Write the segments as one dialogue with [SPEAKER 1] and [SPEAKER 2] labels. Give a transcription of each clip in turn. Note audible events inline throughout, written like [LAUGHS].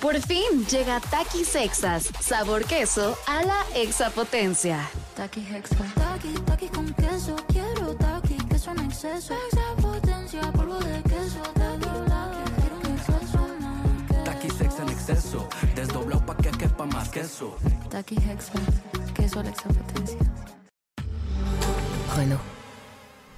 [SPEAKER 1] Por fin llega Taqui Sexas, sabor queso a la exapotencia.
[SPEAKER 2] Taqui Hexa. Taqui, taqui con queso. Quiero taqui, queso en exceso. Extra potencia, polvo de queso. Taqui, taqui, quiero un exceso más.
[SPEAKER 3] Taqui sex en exceso, desdoblado pa' que quepa más queso.
[SPEAKER 2] Taqui Hexa. Queso a la extra potencia.
[SPEAKER 4] Renault.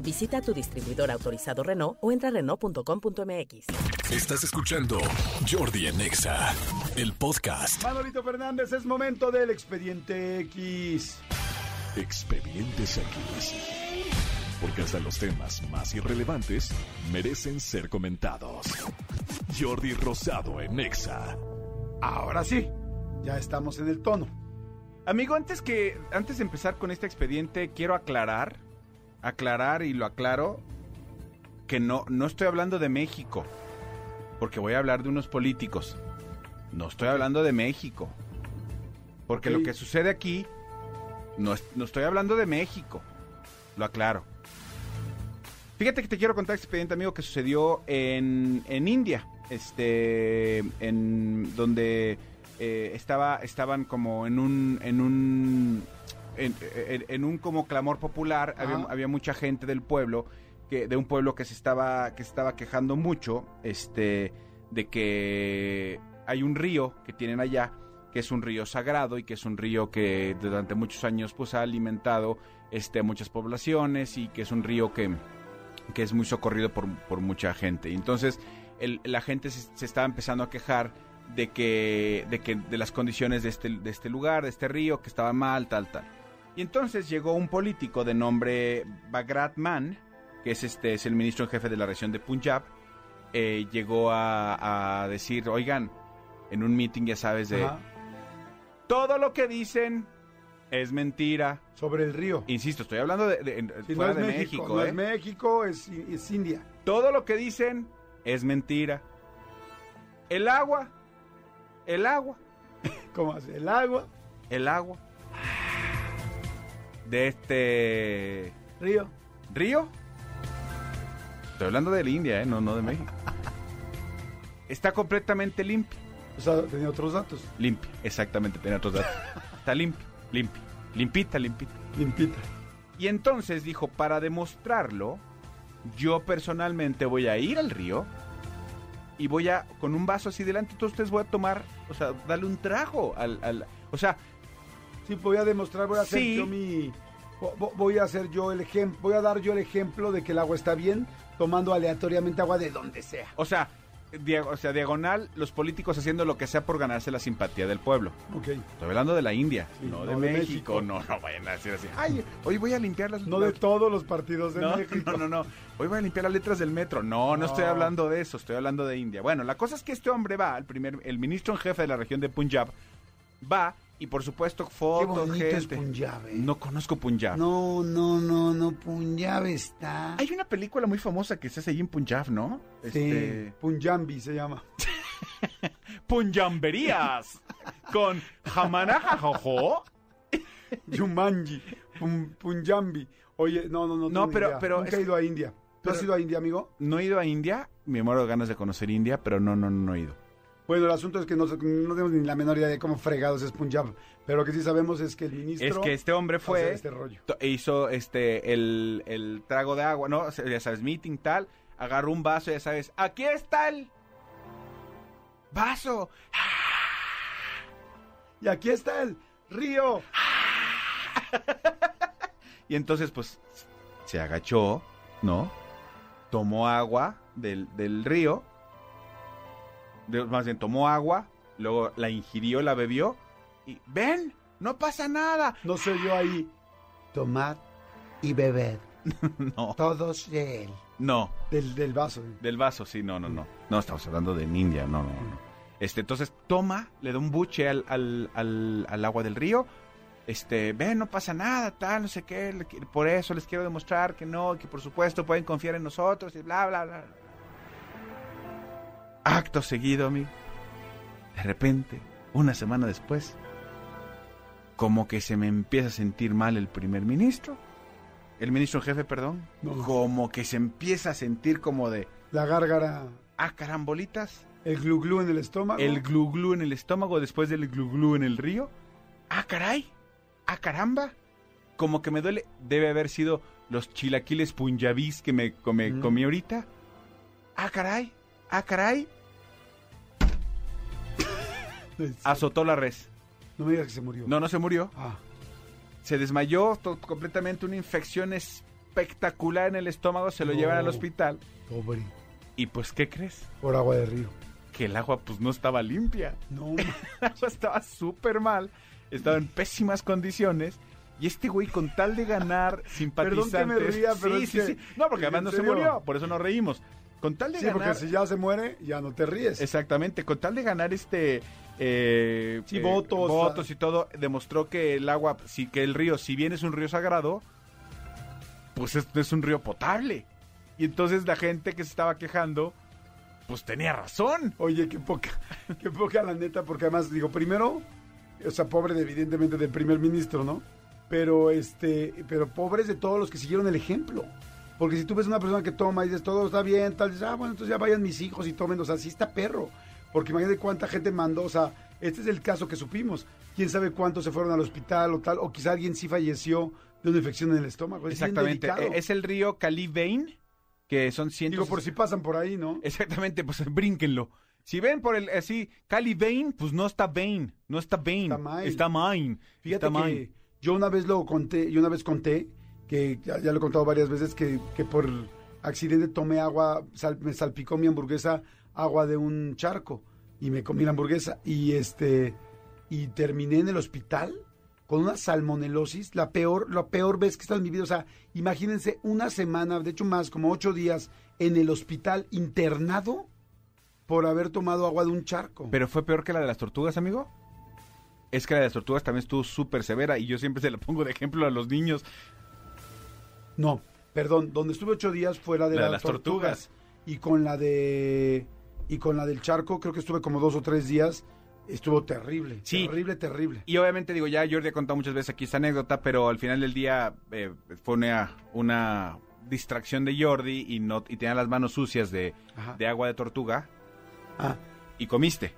[SPEAKER 5] Visita tu distribuidor autorizado Renault o entra a renault.com.mx.
[SPEAKER 6] Estás escuchando Jordi en EXA, el podcast
[SPEAKER 7] Manolito Fernández, es momento del expediente X.
[SPEAKER 6] Expedientes X. Porque hasta los temas más irrelevantes merecen ser comentados. Jordi Rosado en EXA.
[SPEAKER 7] Ahora sí, ya estamos en el tono.
[SPEAKER 8] Amigo, antes que antes de empezar con este expediente, quiero aclarar, aclarar y lo aclaro que no no estoy hablando de México, porque voy a hablar de unos políticos. No estoy hablando de México. Porque
[SPEAKER 7] Ok.
[SPEAKER 8] lo que sucede aquí no, es- no estoy hablando de México. Lo aclaro. Fíjate que te quiero contar este expediente, amigo, que sucedió en, en India. Este. En. donde eh, estaba. estaban como en un. en un. en, en- en un como clamor popular. Había,
[SPEAKER 7] Ajá.
[SPEAKER 8] había mucha gente del pueblo. Que, de un pueblo que se estaba. que se estaba quejando mucho. Este. de que hay un río que tienen allá. que es un río sagrado y que es un río que durante muchos años pues ha alimentado este, a muchas poblaciones y que es un río que, que es muy socorrido por, por mucha gente. Y entonces el- la gente se, se estaba empezando a quejar de que, de que de las condiciones de este, de este lugar, de este río, que estaba mal, tal, tal. Y entonces llegó un político de nombre Bagrat Man, que es, este, es el ministro en jefe de la región de Punjab, eh, llegó a, a decir, oigan, en un meeting ya sabes de...
[SPEAKER 7] Ajá.
[SPEAKER 8] Todo lo que dicen es mentira.
[SPEAKER 7] Sobre el río.
[SPEAKER 8] Insisto, estoy hablando de, de- en-
[SPEAKER 7] Si
[SPEAKER 8] fuera
[SPEAKER 7] no es
[SPEAKER 8] de
[SPEAKER 7] México,
[SPEAKER 8] México.
[SPEAKER 7] no
[SPEAKER 8] ¿eh?
[SPEAKER 7] es México, es, es India.
[SPEAKER 8] Todo lo que dicen es mentira. El agua, el agua,
[SPEAKER 7] ¿Cómo hace? El agua,
[SPEAKER 8] el agua. De este
[SPEAKER 7] río.
[SPEAKER 8] río. Estoy hablando de la India, ¿eh? no, no de México. Está completamente limpio.
[SPEAKER 7] O sea, tenía otros datos.
[SPEAKER 8] Limpio, exactamente, tenía otros datos. Está limpio, limpio. Limpita, limpita.
[SPEAKER 7] Limpita.
[SPEAKER 8] Y entonces dijo, para demostrarlo, yo personalmente voy a ir al río y voy a, con un vaso así delante, todos ustedes voy a tomar, o sea, darle un trago al... al- o sea,
[SPEAKER 7] Sí, voy a demostrar, voy a hacer
[SPEAKER 8] Sí.
[SPEAKER 7] yo mi... vo- vo- Voy a hacer yo el ejemplo, voy a dar yo el ejemplo de que el agua está bien tomando aleatoriamente agua de donde sea.
[SPEAKER 8] o sea, dia- o sea, diagonal, los políticos haciendo lo que sea por ganarse la simpatía del pueblo.
[SPEAKER 7] Ok.
[SPEAKER 8] Estoy hablando de la India,
[SPEAKER 7] Sí,
[SPEAKER 8] no, de, México. No, no vayan a decir así, ay, hoy voy a limpiar las...
[SPEAKER 7] No de todos los partidos de
[SPEAKER 8] no,
[SPEAKER 7] México.
[SPEAKER 8] No, no, no. Hoy voy a limpiar las letras del metro. No, no,
[SPEAKER 7] No.
[SPEAKER 8] estoy hablando de eso, estoy hablando de India. Bueno, la cosa es que este hombre va, el primer, el ministro en jefe de la región de Punjab, va y por supuesto
[SPEAKER 7] Qué
[SPEAKER 8] fotos,
[SPEAKER 7] bonito es
[SPEAKER 8] gente.
[SPEAKER 7] Punjab, ¿eh?
[SPEAKER 8] No conozco Punjab.
[SPEAKER 7] No, no, no, no, Punjab está.
[SPEAKER 8] Hay una película muy famosa que se hace allí en Punjab, ¿no? Este,
[SPEAKER 7] Sí, Punjambi se llama.
[SPEAKER 8] Punjamberías con Jamanajajojo.
[SPEAKER 7] Yumanji, Pun- Punjambi. Oye, no, no, no.
[SPEAKER 8] No,
[SPEAKER 7] tengo ni
[SPEAKER 8] pero-
[SPEAKER 7] idea.
[SPEAKER 8] pero
[SPEAKER 7] Nunca
[SPEAKER 8] es-
[SPEAKER 7] he ido a India. ¿Tú has
[SPEAKER 8] pero-
[SPEAKER 7] ido a India, amigo?
[SPEAKER 8] No he ido a India, me muero de ganas de conocer India, pero no, no, no, no he ido.
[SPEAKER 7] Bueno, el asunto es que no, no tenemos ni la menor idea de cómo fregados es Punjab. Pero lo que sí sabemos es que el ministro.
[SPEAKER 8] Es que este hombre fue...
[SPEAKER 7] hace este rollo.
[SPEAKER 8] to- e hizo este el, el trago de agua, ¿no? O sea, Ya sabes, meeting tal, agarró un vaso, ya sabes, aquí está el vaso.
[SPEAKER 7] Y aquí está el río.
[SPEAKER 8] Y entonces, pues, se agachó, ¿no? Tomó agua del, del río, de- más bien tomó agua, luego la ingirió, la bebió, y ven, no pasa nada. [LAUGHS]
[SPEAKER 7] No sé yo ahí. Tomar y beber.
[SPEAKER 8] No,
[SPEAKER 7] Todos de él.
[SPEAKER 8] no,
[SPEAKER 7] Del, del vaso. eh.
[SPEAKER 8] Del vaso, sí, no, no, no. No, estamos hablando de India, no, no, no. Este, entonces toma, le da un buche al, al- al- al agua del río este, ven, no pasa nada, tal, no sé qué, le qui- por eso les quiero demostrar que no, que por supuesto pueden confiar en nosotros y bla, bla, bla. Acto seguido, amigo. De repente, una semana después, como que se me empieza a sentir mal el primer ministro, el ministro en jefe, perdón,
[SPEAKER 7] No.
[SPEAKER 8] como que se empieza a sentir como de,
[SPEAKER 7] La gárgara,
[SPEAKER 8] ah, carambolitas,
[SPEAKER 7] el glu glu en el estómago.
[SPEAKER 8] el glu glu en el estómago después del glu glu en el río. Ah, caray. Ah, caramba. Como que me duele. Debe haber sido los chilaquiles punjabís que me come-
[SPEAKER 7] Mm.
[SPEAKER 8] comí ahorita. Ah, caray. Ah, caray. Azotó la res.
[SPEAKER 7] No me digas que se murió.
[SPEAKER 8] No, no se murió.
[SPEAKER 7] Ah,
[SPEAKER 8] Se desmayó to- completamente. Una infección espectacular en el estómago. Se lo
[SPEAKER 7] No.
[SPEAKER 8] llevan al hospital.
[SPEAKER 7] pobre.
[SPEAKER 8] Y pues, ¿qué crees?
[SPEAKER 7] Por agua de río.
[SPEAKER 8] Que el agua pues no estaba limpia.
[SPEAKER 7] No,
[SPEAKER 8] El agua [LAUGHS] estaba súper mal, estaba en pésimas condiciones. Y este güey, con tal
[SPEAKER 7] [LAUGHS]
[SPEAKER 8] de ganar simpatizantes...
[SPEAKER 7] Perdón que me ría, pero
[SPEAKER 8] Sí,
[SPEAKER 7] es
[SPEAKER 8] sí,
[SPEAKER 7] que-
[SPEAKER 8] sí. No, porque además
[SPEAKER 7] en
[SPEAKER 8] no se
[SPEAKER 7] serio.
[SPEAKER 8] murió, por eso nos reímos. Con tal de
[SPEAKER 7] sí, porque
[SPEAKER 8] ganar...
[SPEAKER 7] si ya se muere, ya no te ríes.
[SPEAKER 8] Exactamente, con tal de ganar este... eh,
[SPEAKER 7] Sí,
[SPEAKER 8] eh,
[SPEAKER 7] votos,
[SPEAKER 8] votos
[SPEAKER 7] ah.
[SPEAKER 8] y todo, demostró que el agua, sí, que el río, si bien es un río sagrado, pues es, es un río potable. Y entonces la gente que se estaba quejando, pues tenía razón.
[SPEAKER 7] Oye, qué poca, [LAUGHS] qué poca la neta, porque además, digo, primero, o sea, pobre de- evidentemente del primer ministro, ¿no? Pero este, pero pobres de todos los que siguieron el ejemplo. Porque si tú ves una persona que toma y dices, todo está bien, tal, dices, ah, bueno, entonces ya vayan mis hijos y tomen, o sea, sí está perro. Porque imagínate cuánta gente mandó, o sea, este es el caso que supimos. Quién sabe cuántos se fueron al hospital o tal, o quizá alguien sí falleció de una infección en el estómago. Pues Es bien
[SPEAKER 8] Exactamente.
[SPEAKER 7] delicado.
[SPEAKER 8] e- Es el río Calibain, que son cientos.
[SPEAKER 7] Digo, por si pasan por ahí, ¿no?
[SPEAKER 8] [LAUGHS] Exactamente, pues brínquenlo. Si ven por el así, Calibain, pues no está Bain, no está Bain,
[SPEAKER 7] Está mine.
[SPEAKER 8] está Mine.
[SPEAKER 7] Fíjate
[SPEAKER 8] está mine.
[SPEAKER 7] que yo una vez lo conté, yo una vez conté, que ya, ya lo he contado varias veces, que, que por accidente tomé agua, sal- me salpicó mi hamburguesa agua de un charco y me comí la hamburguesa y este y terminé en el hospital con una salmonelosis, la peor, la peor vez que he estado en mi vida. O sea, imagínense una semana, de hecho más, como ocho días en el hospital internado por haber tomado agua de un charco.
[SPEAKER 8] Pero fue peor que la de las tortugas, amigo. Es que la de las tortugas también estuvo súper severa y yo siempre se la pongo de ejemplo a los niños.
[SPEAKER 7] No, perdón, donde estuve ocho días fue la de
[SPEAKER 8] La de
[SPEAKER 7] las,
[SPEAKER 8] las
[SPEAKER 7] tortugas.
[SPEAKER 8] tortugas.
[SPEAKER 7] Y con la de. Y con la del charco, creo que estuve como dos o tres días. Estuvo terrible.
[SPEAKER 8] Sí.
[SPEAKER 7] Terrible, terrible.
[SPEAKER 8] Y obviamente, digo, ya Jordi ha contado muchas veces aquí esta anécdota, pero al final del día eh, fue una, una distracción de Jordi y, no, y tenía las manos sucias de,
[SPEAKER 7] Ajá.
[SPEAKER 8] de agua de tortuga
[SPEAKER 7] Ah,
[SPEAKER 8] y comiste.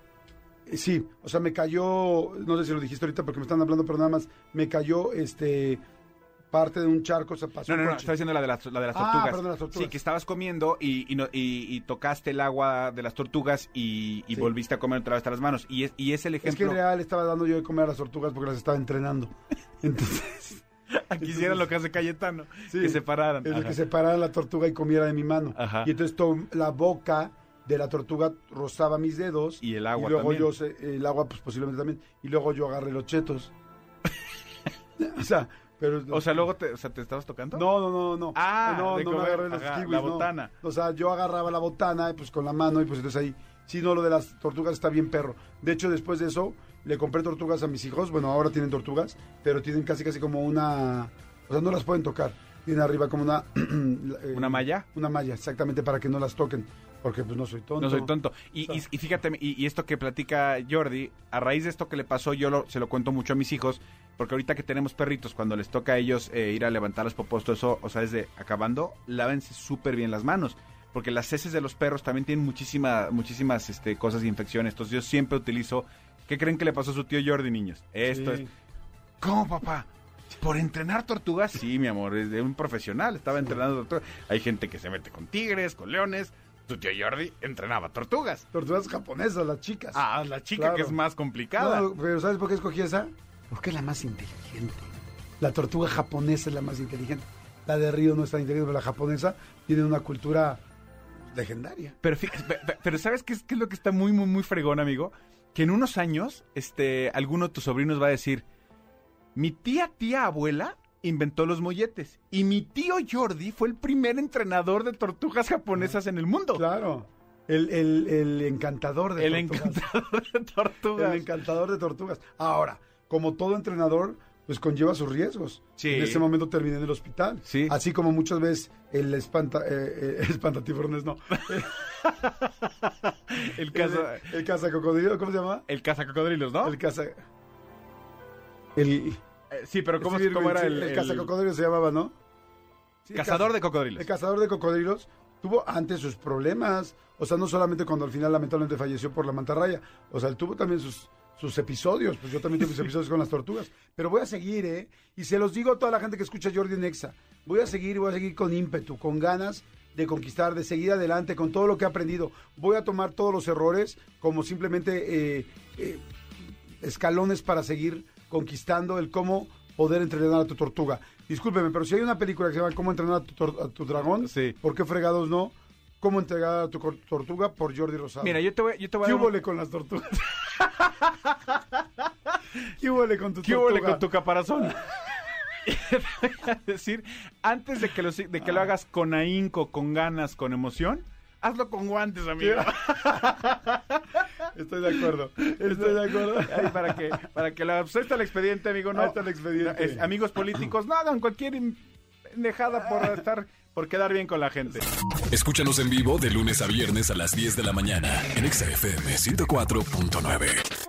[SPEAKER 7] eh, sí, o sea, me cayó. No sé si lo dijiste ahorita porque me están hablando, pero nada más. Me cayó este. Parte de un charco, o sea, pasó
[SPEAKER 8] No, no,
[SPEAKER 7] un
[SPEAKER 8] no,
[SPEAKER 7] coche.
[SPEAKER 8] estaba diciendo la de las, la de las
[SPEAKER 7] Ah,
[SPEAKER 8] tortugas.
[SPEAKER 7] perdón, las tortugas.
[SPEAKER 8] Sí, que estabas comiendo y, y no- y- y tocaste el agua de las tortugas y, y
[SPEAKER 7] Sí.
[SPEAKER 8] volviste a comer otra vez a las manos. Y es, y es el
[SPEAKER 7] Es que en
[SPEAKER 8] ejemplo.
[SPEAKER 7] real estaba dando yo de comer a las tortugas porque las estaba entrenando.
[SPEAKER 8] [LAUGHS]
[SPEAKER 7] Entonces,
[SPEAKER 8] Quisiera lo [LAUGHS] que hace Cayetano,
[SPEAKER 7] Sí.
[SPEAKER 8] que se pararan.
[SPEAKER 7] es de
[SPEAKER 8] Ajá.
[SPEAKER 7] que separara la tortuga y comiera de mi mano.
[SPEAKER 8] Ajá.
[SPEAKER 7] Y entonces tom- la boca de la tortuga rozaba mis dedos.
[SPEAKER 8] Y el agua
[SPEAKER 7] Y luego
[SPEAKER 8] también.
[SPEAKER 7] yo, se- el agua pues posiblemente también. Y luego yo agarré los chetos. [LAUGHS] o sea, pero...
[SPEAKER 8] O sea, luego te, o sea, te estabas tocando.
[SPEAKER 7] No, no, no, no. Eh,
[SPEAKER 8] Ah,
[SPEAKER 7] no,
[SPEAKER 8] de
[SPEAKER 7] no me
[SPEAKER 8] comer,
[SPEAKER 7] agarré los
[SPEAKER 8] ajá,
[SPEAKER 7] kiwis,
[SPEAKER 8] la
[SPEAKER 7] no.
[SPEAKER 8] botana.
[SPEAKER 7] O sea, yo agarraba la botana pues con la mano y pues entonces ahí... Sí, no, lo de las tortugas está bien perro. De hecho, después de eso, le compré tortugas a mis hijos. Bueno, ahora tienen tortugas, pero tienen casi casi como una... O sea, no las pueden tocar. Tienen arriba como una... [CLEARS THROAT] eh,
[SPEAKER 8] ¿Una malla?
[SPEAKER 7] Una malla, exactamente, para que no las toquen. Porque pues no soy tonto.
[SPEAKER 8] No soy tonto. Y,
[SPEAKER 7] O sea.
[SPEAKER 8] y- y fíjate, y, y esto que platica Jordi, a raíz de esto que le pasó, yo lo- se lo cuento mucho a mis hijos, porque ahorita que tenemos perritos, cuando les toca a ellos eh, ir a levantar los popos, todo eso, o sea, desde acabando, lávense súper bien las manos. Porque las heces de los perros también tienen muchísima, muchísimas este, cosas de infecciones. Entonces yo siempre utilizo... ¿Qué creen que le pasó a su tío Jordi, niños? Esto
[SPEAKER 7] Sí.
[SPEAKER 8] es... ¿Cómo, papá? ¿Por entrenar tortugas? Sí, mi amor, es de un profesional. Estaba entrenando tortugas. Hay gente que se mete con tigres, con leones. Tu tío Jordi entrenaba tortugas.
[SPEAKER 7] Tortugas japonesas, las chicas.
[SPEAKER 8] Ah, la chica
[SPEAKER 7] Claro.
[SPEAKER 8] que es más complicada.
[SPEAKER 7] No, pero ¿sabes por qué escogí esa? Porque es la más inteligente. La tortuga japonesa es la más inteligente. La de río no es tan inteligente, pero la japonesa tiene una cultura legendaria.
[SPEAKER 8] Pero, fí- pe- pe- pero ¿sabes qué es, qué es lo que está muy, muy, muy fregón, amigo? Que en unos años, este, alguno de tus sobrinos va a decir, mi tía, tía, abuela inventó los molletes. Y mi tío Jordi fue el primer entrenador de tortugas japonesas en el mundo.
[SPEAKER 7] Claro. El, el- el encantador de
[SPEAKER 8] El
[SPEAKER 7] tortugas.
[SPEAKER 8] [LAUGHS] encantador de tortugas.
[SPEAKER 7] El encantador de tortugas. Ahora, como todo entrenador, pues conlleva sus riesgos.
[SPEAKER 8] Sí.
[SPEAKER 7] En ese momento terminé en el hospital.
[SPEAKER 8] Sí.
[SPEAKER 7] Así como muchas veces el espanta, eh, eh, espantatifrones, no.
[SPEAKER 8] El
[SPEAKER 7] El, el cazacocodrilo, ¿cómo se llama?
[SPEAKER 8] El cazacocodrilos, ¿no?
[SPEAKER 7] El caza... El...
[SPEAKER 8] Eh, sí, pero ¿cómo,
[SPEAKER 7] sí,
[SPEAKER 8] cómo era
[SPEAKER 7] sí,
[SPEAKER 8] el,
[SPEAKER 7] el
[SPEAKER 8] el-
[SPEAKER 7] cazacocodrilo se llamaba, ¿no? Sí, el
[SPEAKER 8] Cazador
[SPEAKER 7] caza-
[SPEAKER 8] de cocodrilos.
[SPEAKER 7] El cazador de cocodrilos tuvo antes sus problemas. O sea, no solamente cuando al final lamentablemente falleció por la mantarraya. O sea, él tuvo también sus, sus episodios. Pues yo también tuve mis
[SPEAKER 8] [LAUGHS]
[SPEAKER 7] episodios con las tortugas. Pero voy a seguir, ¿eh? Y se los digo a toda la gente que escucha Jordi Nexa. Voy a seguir, voy a seguir con ímpetu, con ganas de conquistar, de seguir adelante con todo lo que he aprendido. Voy a tomar todos los errores como simplemente eh, eh, escalones para seguir conquistando el cómo poder entrenar a tu tortuga. Discúlpeme, pero si hay una película que se llama Cómo entrenar a tu, tor- a tu dragón,
[SPEAKER 8] Sí.
[SPEAKER 7] ¿por qué fregados no? ¿Cómo entregar a tu cor- tortuga? Por Jordi Rosado.
[SPEAKER 8] Mira, yo te voy, yo te voy a
[SPEAKER 7] ¿Qué
[SPEAKER 8] dar un-
[SPEAKER 7] húbole con las tortugas? ¿Qué húbole con tu
[SPEAKER 8] ¿Qué
[SPEAKER 7] tortuga?
[SPEAKER 8] huele con tu caparazón? [LAUGHS] es decir, antes de que, lo, si- de
[SPEAKER 7] Ah.
[SPEAKER 8] que lo hagas con ahínco, con ganas, con emoción, hazlo con guantes, amigo.
[SPEAKER 7] [LAUGHS] Estoy de acuerdo, estoy de acuerdo.
[SPEAKER 8] Ay, para que, para que la, pues ahí está el expediente, amigo. No,
[SPEAKER 7] Ahí está el expediente.
[SPEAKER 8] Es- amigos políticos, no hagan cualquier pendejada por
[SPEAKER 7] Ah.
[SPEAKER 8] estar, por quedar bien con la gente.
[SPEAKER 6] Escúchanos en vivo de lunes a viernes a las 10 de la mañana en Exa FM 104.9.